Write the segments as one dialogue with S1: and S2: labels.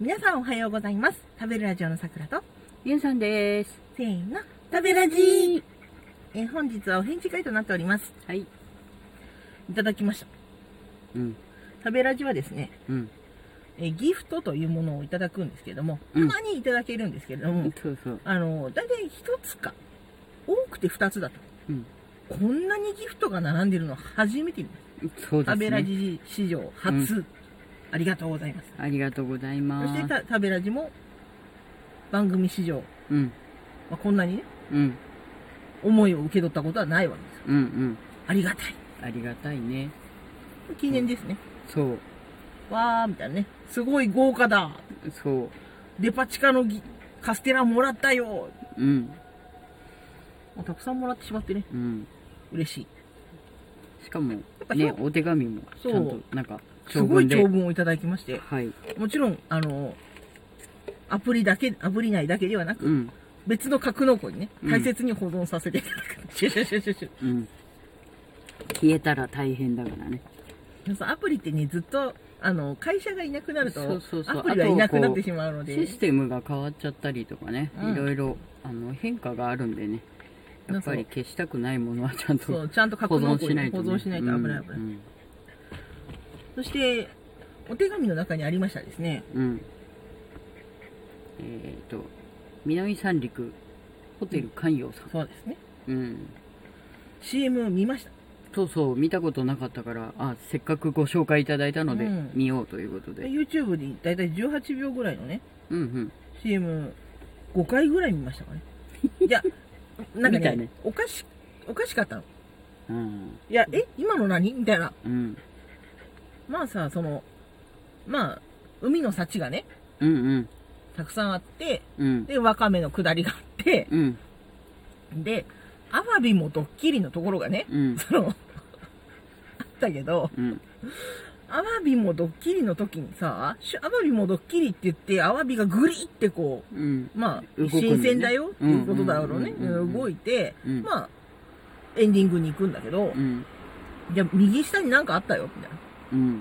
S1: 皆さんおはようございます食べるラジオのさくらと
S2: ゆんさんです。
S1: せーの食べラジえー本日はお返事会となっております
S2: はい。
S1: いただきました
S2: うん。
S1: 食べラジはですね、
S2: うん。
S1: えーギフトというものをいただくんですけれどもた
S2: うん
S1: まにいただけるんですけれども、
S2: そうそう。
S1: あの大体一つか多くて二つだと
S2: うん。
S1: こんなにギフトが並んでるのは初めて見まし
S2: そう
S1: た食
S2: で
S1: べ
S2: す
S1: ラ
S2: ね。
S1: ジ史上初、ありがとうございます
S2: ありがとうござい
S1: そ
S2: ま
S1: して
S2: す。
S1: た食べラジも番組史上、
S2: うん。
S1: まあ、こんなにね
S2: うん。
S1: 思いを受け取ったことはないわけですよ
S2: うん。うん。
S1: ありがたい
S2: ありがたいね。
S1: 記念ですね、
S2: そう。
S1: わーみたいなねすごい豪華だ
S2: そう。
S1: デパ地下のぎカステラもらったよも
S2: うん。
S1: うたくさんもらってしまってね
S2: うん。
S1: 嬉しい
S2: しかも
S1: ぱ、
S2: ね、
S1: そう
S2: お手紙も、ちゃんと、なんか、
S1: すごい
S2: で
S1: 長文をいただきまして
S2: はい。
S1: もちろんあのアプリだけアプリ内だけではなく
S2: うん。
S1: 別の格納庫にね
S2: うん
S1: 大切に保存させていただく、 シュシュシュシュシュ
S2: うん。消えたら大変だからね。
S1: 皆さんアプリってねずっとあの会社がいなくなると
S2: そうそうそう
S1: アプリがいなくなってしまうので
S2: システムが変わっちゃったりとかね、
S1: うん
S2: いろいろ、あの、変化があるんでね。やっぱり消したくないものはちゃんと
S1: そうちゃんと
S2: 保
S1: 格納
S2: 存
S1: 庫
S2: し
S1: に
S2: な
S1: ね
S2: い
S1: 保
S2: とね、
S1: 存しないと危ない危ない、
S2: うん
S1: そしてお手紙の中にありましたですね
S2: うん。えっ、と、南三陸ホテル寛陽さん。
S1: そうですね
S2: うん。
S1: CM 見ました
S2: そうそう、見たことなかったから、あ、せっかくご紹介いただいたので
S1: うん、
S2: 見ようということで。
S1: YouTube に大体18秒ぐらいのね
S2: うん
S1: CM5 回ぐらい見ました かねいやなんか
S2: 見た
S1: ね
S2: よね
S1: おかしおかしかったの
S2: うん。うん。
S1: いやえ今の何みたいな
S2: うん。
S1: まあさそのまあ海の幸がね
S2: うんうん。
S1: たくさんあって
S2: うん。
S1: でワカメの下りがあって
S2: うん。
S1: でアワビもドッキリのところがね
S2: うん。
S1: そのあったけど
S2: うん。
S1: アワビもドッキリの時にさしアワビもドッキリって言ってアワビがグリってこう
S2: うん。
S1: まあ、
S2: 動くんだよね
S1: 新鮮だよっていうことだろうね、
S2: うんうんうんうん
S1: 動いて、
S2: うん
S1: まあエンディングに行くんだけど、
S2: うん。
S1: じゃ右下になんかあったよみたいな
S2: うん。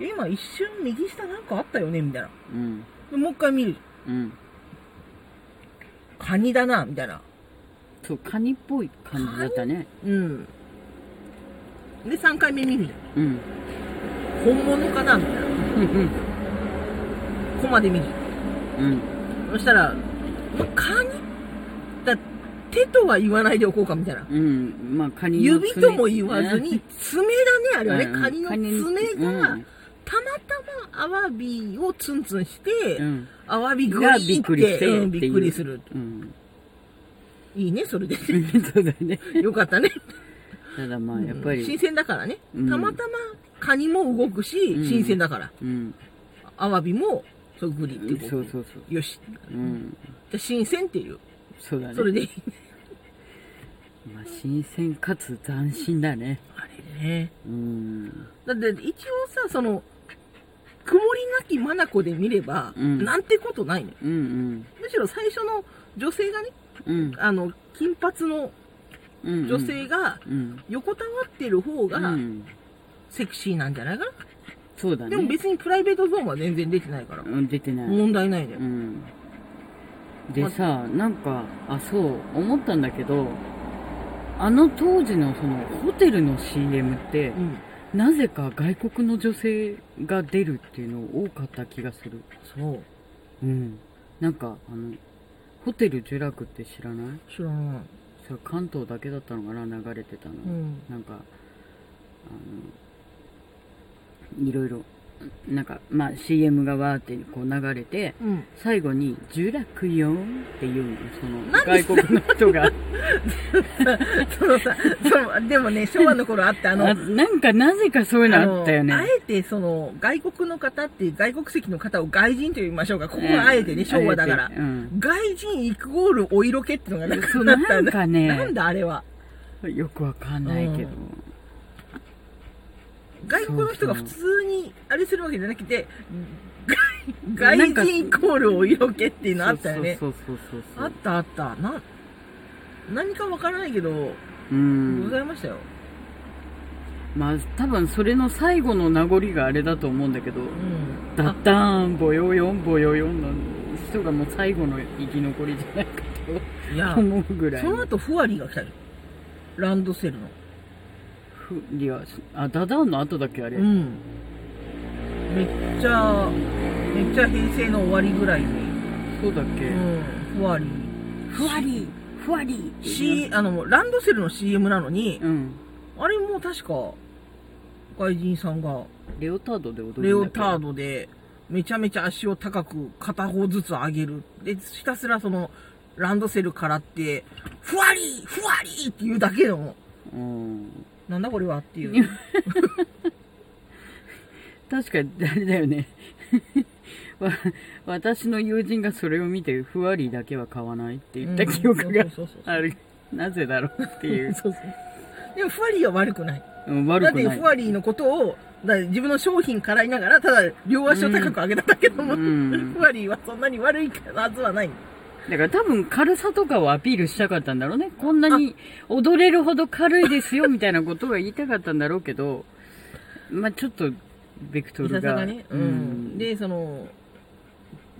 S1: いや今一瞬右下なんかあったよねみたいな
S2: うん。
S1: でもう一回見る
S2: うん。
S1: カニだなみたいな
S2: そう、カニっぽい感じだったね。
S1: うんで3回目見るじ
S2: うん。
S1: ゃん本物かなみたいな
S2: うん。
S1: ここまで見る
S2: うん。
S1: そしたら、まあカニだ手とは言わないでおこうかみたいな
S2: うん。まあ、カニの
S1: 指とも言わず
S2: ね
S1: に、爪だね、あれはね、
S2: うん
S1: カニの爪
S2: う
S1: が
S2: ん、
S1: たまたまアワビをツンツンして、
S2: うん
S1: アワビグリ
S2: が
S1: ー
S2: びっ
S1: って
S2: くりして、
S1: うんびっくりする。
S2: うん。
S1: いいね、それ で。
S2: そうだね。
S1: よかったね。
S2: ただまあ、やっぱり、
S1: 新鮮だからね。
S2: うん
S1: たまたまカニも動くし、
S2: ん
S1: 新鮮だから。
S2: うん。
S1: アワビも、そう、グリって
S2: そ
S1: 動
S2: う
S1: く。
S2: そうそう。
S1: よし。
S2: うん。
S1: じゃあ新鮮っていう。
S2: そうだね。
S1: それでいい。
S2: まあ、新鮮かつ斬新だね。
S1: あれね。
S2: うん。
S1: だって一応さ、その、曇りなき眼で見れば、
S2: うん
S1: なんてことないのよ。
S2: うん
S1: むしろ最初の女性がね、
S2: うん。うん。
S1: あの、金髪の
S2: うん。
S1: 女性が
S2: うん。
S1: 横たわってる方
S2: う
S1: が
S2: ん。
S1: セクシーなんじゃないかな。
S2: そうだね。
S1: でも別にプライベートゾーンは全然出てないから、
S2: うん、出てない。
S1: 問題ないんだよ
S2: う。ん。でさ、なんか、あ、そう、思ったんだけど、あの当時のそのホテルの CM って、
S1: うん。
S2: なぜか外国の女性が出るっていうの多かった気がする。
S1: そう。
S2: うん。なんか、あの、ホテル呪楽って知らない
S1: 知らない。
S2: それ関東だけだったのかな流れてたの。
S1: うん。
S2: なんか、あの、いろいろ、なんか、まあ CM がわーってこう流れて、
S1: うん。
S2: 最後に、呪楽よっていうの、その、
S1: なんで
S2: 外国の人が、
S1: そのさ、その、でもね、昭和の頃あった あの、
S2: ななんかなぜかそういうのあったよね
S1: あ。のあえてその外国の方っていう外国籍の方を外人と言いましょうかここはあえてね、
S2: うん
S1: 昭和だから
S2: あえてうん。
S1: 外人イコールお色気ってのがな
S2: そ
S1: く
S2: う
S1: なった
S2: なんん
S1: だ
S2: かね
S1: なんだあれは
S2: よくわかんないけど。
S1: 外国の人が普通にあれするわけじゃなくて外
S2: なんか
S1: 外人イコールお色気っていうのあったよね
S2: そうそうそうそうそう。
S1: あったあったな何かわからないけど、
S2: う
S1: ご
S2: ん。
S1: ざいましたよ
S2: まあ多分それの最後の名残があれだと思うんだけど、
S1: うん
S2: ダ
S1: あ
S2: ッダーン、ボヨヨン、ボヨヨンの人がもう最後の生き残りじゃないか
S1: いや
S2: と思うぐらい
S1: そ
S2: の。
S1: の後フワリーが来たよランドセルの
S2: ふいや、あ、ダダーンの後だっけあれ。
S1: うんめっちゃめっちゃ平成の終わりぐらいに、
S2: そうだっけ、
S1: うん、フワリー
S2: ふわり、ふわり。
S1: C あのランドセルの CM なのに、
S2: うん。
S1: あれも確か外人さんが
S2: レオタードで踊るんだけど。
S1: レオタードでめちゃめちゃ足を高く片方ずつ上げるでひたすらそのランドセルからってふわりふわりっていうだけの
S2: うん。
S1: なんだこれはっていう
S2: 確かに、あれだよね。 わ私の友人がそれを見て、ふわりだけは買わないって言った記憶が
S1: うんそうそうそうそう
S2: ある。なぜだろうって い う。
S1: そうそうでもふわりは悪くない
S2: うん、悪く
S1: だっ
S2: な
S1: て
S2: い
S1: ふ。わりのことをだ自分の商品からいながらただ両足を高く上げただけども、
S2: うん
S1: ふわりはそんなに悪いはずはない
S2: だから多分軽さとかをアピールしたかったんだろうね。こんなに踊れるほど軽いですよみたいなことが言いたかったんだろうけど、まあちょっと、ベクト
S1: いさ
S2: ル
S1: さ
S2: が。
S1: がね、うんでその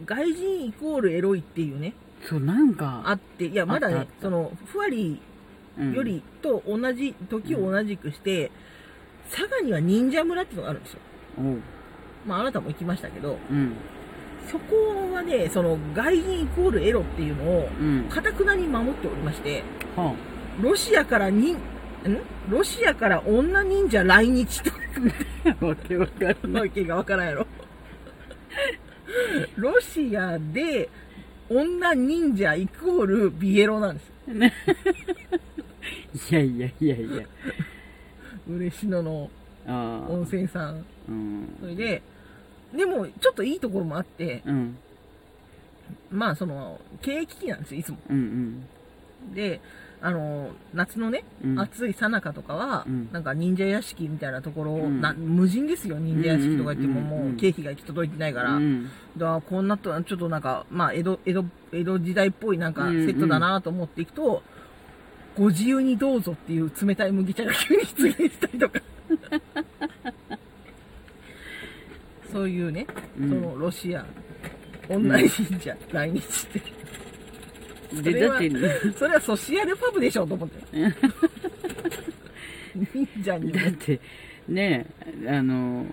S1: 外人イコールエロいっていうね
S2: そう、なんか、
S1: あっていやまだ
S2: あっ
S1: ね
S2: たあった
S1: そのふわり
S2: うん
S1: よ、りと同じ時を同じくして、佐賀には忍者村っていうのがあるんですよ
S2: おう
S1: まああなたも行きましたけど
S2: うん、
S1: そこはねその外人イコールエロっていうのを
S2: うん、
S1: かたくなに守っておりまして
S2: は
S1: ロシアからにんんロシアから女忍者来日と
S2: あ、 わけわからない。
S1: わけがわからんや ろロシアで女忍者イコールビエロなんです
S2: いやいやいやいや。
S1: 嬉野の
S2: あ
S1: 温泉さん
S2: あ、うん
S1: そ、れででもちょっといいところもあって
S2: うん、
S1: まあその経営危機なんですよいつも
S2: うん、
S1: であの夏のね、
S2: うん。
S1: 暑い最中とかは、
S2: うん
S1: なんか忍者屋敷みたいなところを、
S2: うん
S1: な無人ですよ忍者屋敷とか言っても、
S2: うんうんうんうん
S1: もう経費が行き届いてないから、
S2: うん、
S1: だからこんなとちょっとなんか、まあ、江戸江戸江戸時代っぽいなんか
S2: う
S1: セ
S2: んうん
S1: ットだなと思っていくと、ご自由にどうぞっていう冷たい麦茶が急に出現したりと かそういうね、
S2: うん
S1: そのロシア女忍者来日して、そ
S2: で、
S1: れ
S2: だ
S1: は
S2: って、
S1: それはソシアルパブでしょと思って 忍者に
S2: だってねあの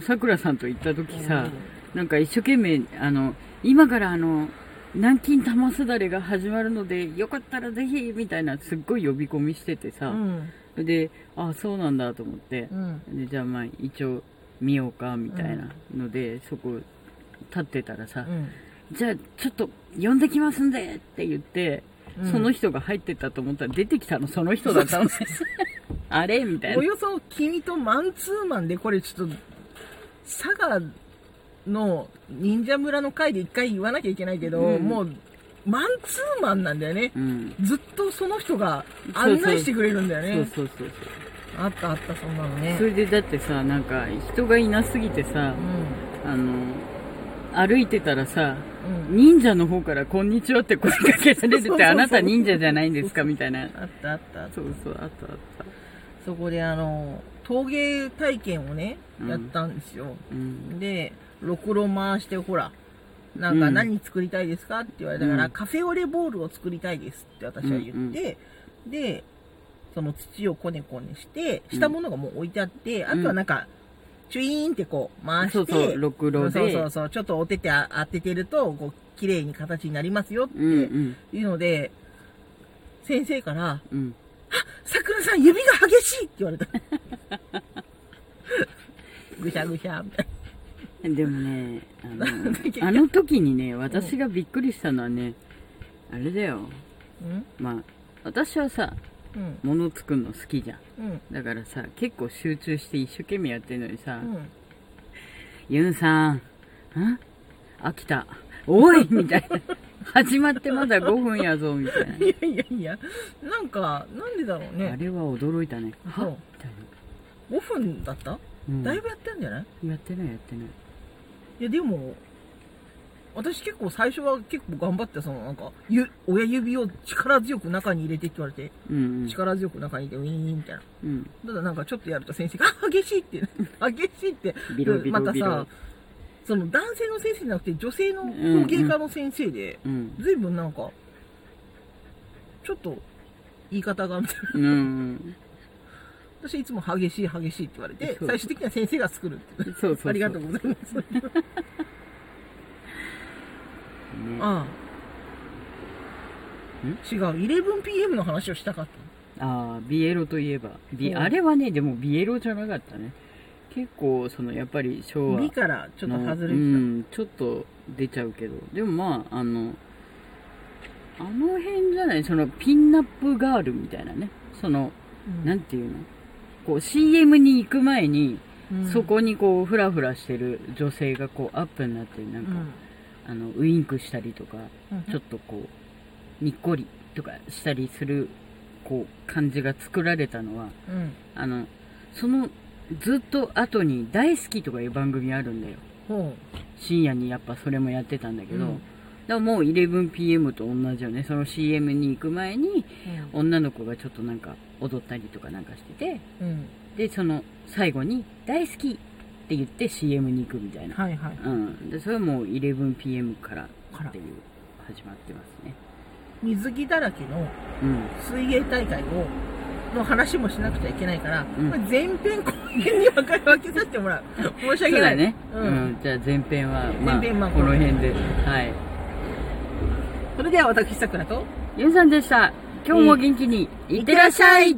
S2: さくらさんと行った時さ、なんか一生懸命あの今からあの南京玉すだれが始まるのでよかったらぜひみたいなすっごい呼び込みしてて
S1: う
S2: さ、
S1: ん
S2: であそうなんだと思って
S1: う、ん
S2: でじゃあまあ一応見ようかみたいなので、そこ立ってたらさ、
S1: うん
S2: じゃあちょっと呼んできますんでって言って、
S1: うん
S2: その人が入ってったと思ったら出てきたのその人だったのあれみたいな
S1: およそ君とマンツーマンでこれちょっと佐賀の忍者村の会で一回言わなきゃいけないけど、
S2: うん
S1: もうマンツーマンなんだよね
S2: うん
S1: ずっとその人が案内してくれるんだよね
S2: そうそうそうそう
S1: あったあったそんなのね
S2: それでだってさなんか人がいなすぎてさ
S1: うん
S2: あの歩いてたらさ
S1: うん
S2: 忍者の方から「こんにちは」って声かけられて
S1: そうそう
S2: て「あなた忍者じゃないんですか」みたいな
S1: あったあったあった
S2: そうそうあったあった
S1: そこであの陶芸体験をね
S2: うん
S1: やったんですよ、
S2: うん
S1: でろくろ回してほらなんか
S2: うん
S1: 何作りたいですかって言われたから、
S2: うん
S1: カフェオレボールを作りたいですって私は言って、
S2: うんうん
S1: でその土をこねこねしてしたものがもう置いてあって、あとはなんかチュイーンってこう回して
S2: そうそうろくろで
S1: そうそうそうちょっとお手手あ当ててるとこう綺麗に形になりますよって
S2: うんう
S1: い
S2: ん
S1: うので、先生から
S2: うん
S1: 「さくらさん指が激しい!」って言われた ぐしゃぐしゃみたいな
S2: でもねあの
S1: 結局
S2: あの時にね私がびっくりしたのはねあれだよ
S1: うん
S2: まあ私はさ
S1: うん
S2: 物作るの好きじゃん
S1: うん
S2: だからさ結構集中して一生懸命やってるのにさ、
S1: うん
S2: ユンさん、ん飽きた。おいみたいな。始まってまだ5分やぞ、みたい
S1: いやいやいや、なんか、なんでだろう
S2: な。
S1: ね。
S2: あれは驚いたね。は
S1: そう
S2: みたいな
S1: 5分だった、
S2: うん。
S1: だいぶやってんじゃない
S2: やってない、やってない。
S1: いや、でも、私結構最初は結構頑張ってそのなんかゆ親指を力強く中に入れてって言われて、
S2: うん
S1: 力強く中に入れてウィーンみたいな
S2: うん
S1: ただなんかちょっとやると先生があ激しいって 激しいって
S2: ビロビロ
S1: また
S2: ビロ
S1: さその男性の先生じゃなくて女性の工芸家の先生で、
S2: うん
S1: 随分なんかちょっと言い方がみたいな
S2: うんうん
S1: 私いつも激しい激しいって言われて
S2: そう
S1: 最終的には先生が作るっていう
S2: そうそうそう
S1: ありがとうございます
S2: ね
S1: ああ違う 11pm の話をしたかっ
S2: ああビエロといえばビ
S1: うん
S2: あれはねでもビエロじゃなかったね結構そのやっぱり昭
S1: た
S2: 和
S1: 美からちょっと外れ
S2: う
S1: て
S2: んちょっと出ちゃうけどでもまああのあの辺じゃないそのピンナップガールみたいなねその
S1: た、
S2: なんていうのこう CM に行く前に、
S1: うん
S2: そ、こにこうフラフラしてる女性がこうアップになってなん
S1: う
S2: か、
S1: ん
S2: あのウインクしたりとか
S1: うん
S2: ちょっとこうにっこりとかしたりするこう感じが作られたのは
S1: うん
S2: あのそのずっと後に「大好き」とかいう番組あるんだよ
S1: ほ
S2: 深夜にやっぱそれもやってたんだけど、
S1: うん
S2: だからもう 11pm と同じよねその CM に行く前に
S1: ううん
S2: 女の子がちょっとなんか踊ったりとかなんかしてて
S1: うん
S2: でその最後に「大好き」って言って CM に行くみたいな、
S1: はいはい
S2: うん、でそれはもう 11pm から
S1: か
S2: っ
S1: ら
S2: ていう始まってますね
S1: 水着だらけの
S2: うん
S1: 水泳大会をの話もしなくちゃいけないから、
S2: うん
S1: これ前編後編に分かり分けさせてもらう申し
S2: そう
S1: 訳な
S2: だ
S1: い
S2: ね、う
S1: うん
S2: んじゃあ前編は、まあ、
S1: 前編は
S2: こ
S1: この
S2: の辺ではい
S1: それでは私さくらと
S2: ゆんさんでした今日も元気にいってらっしゃい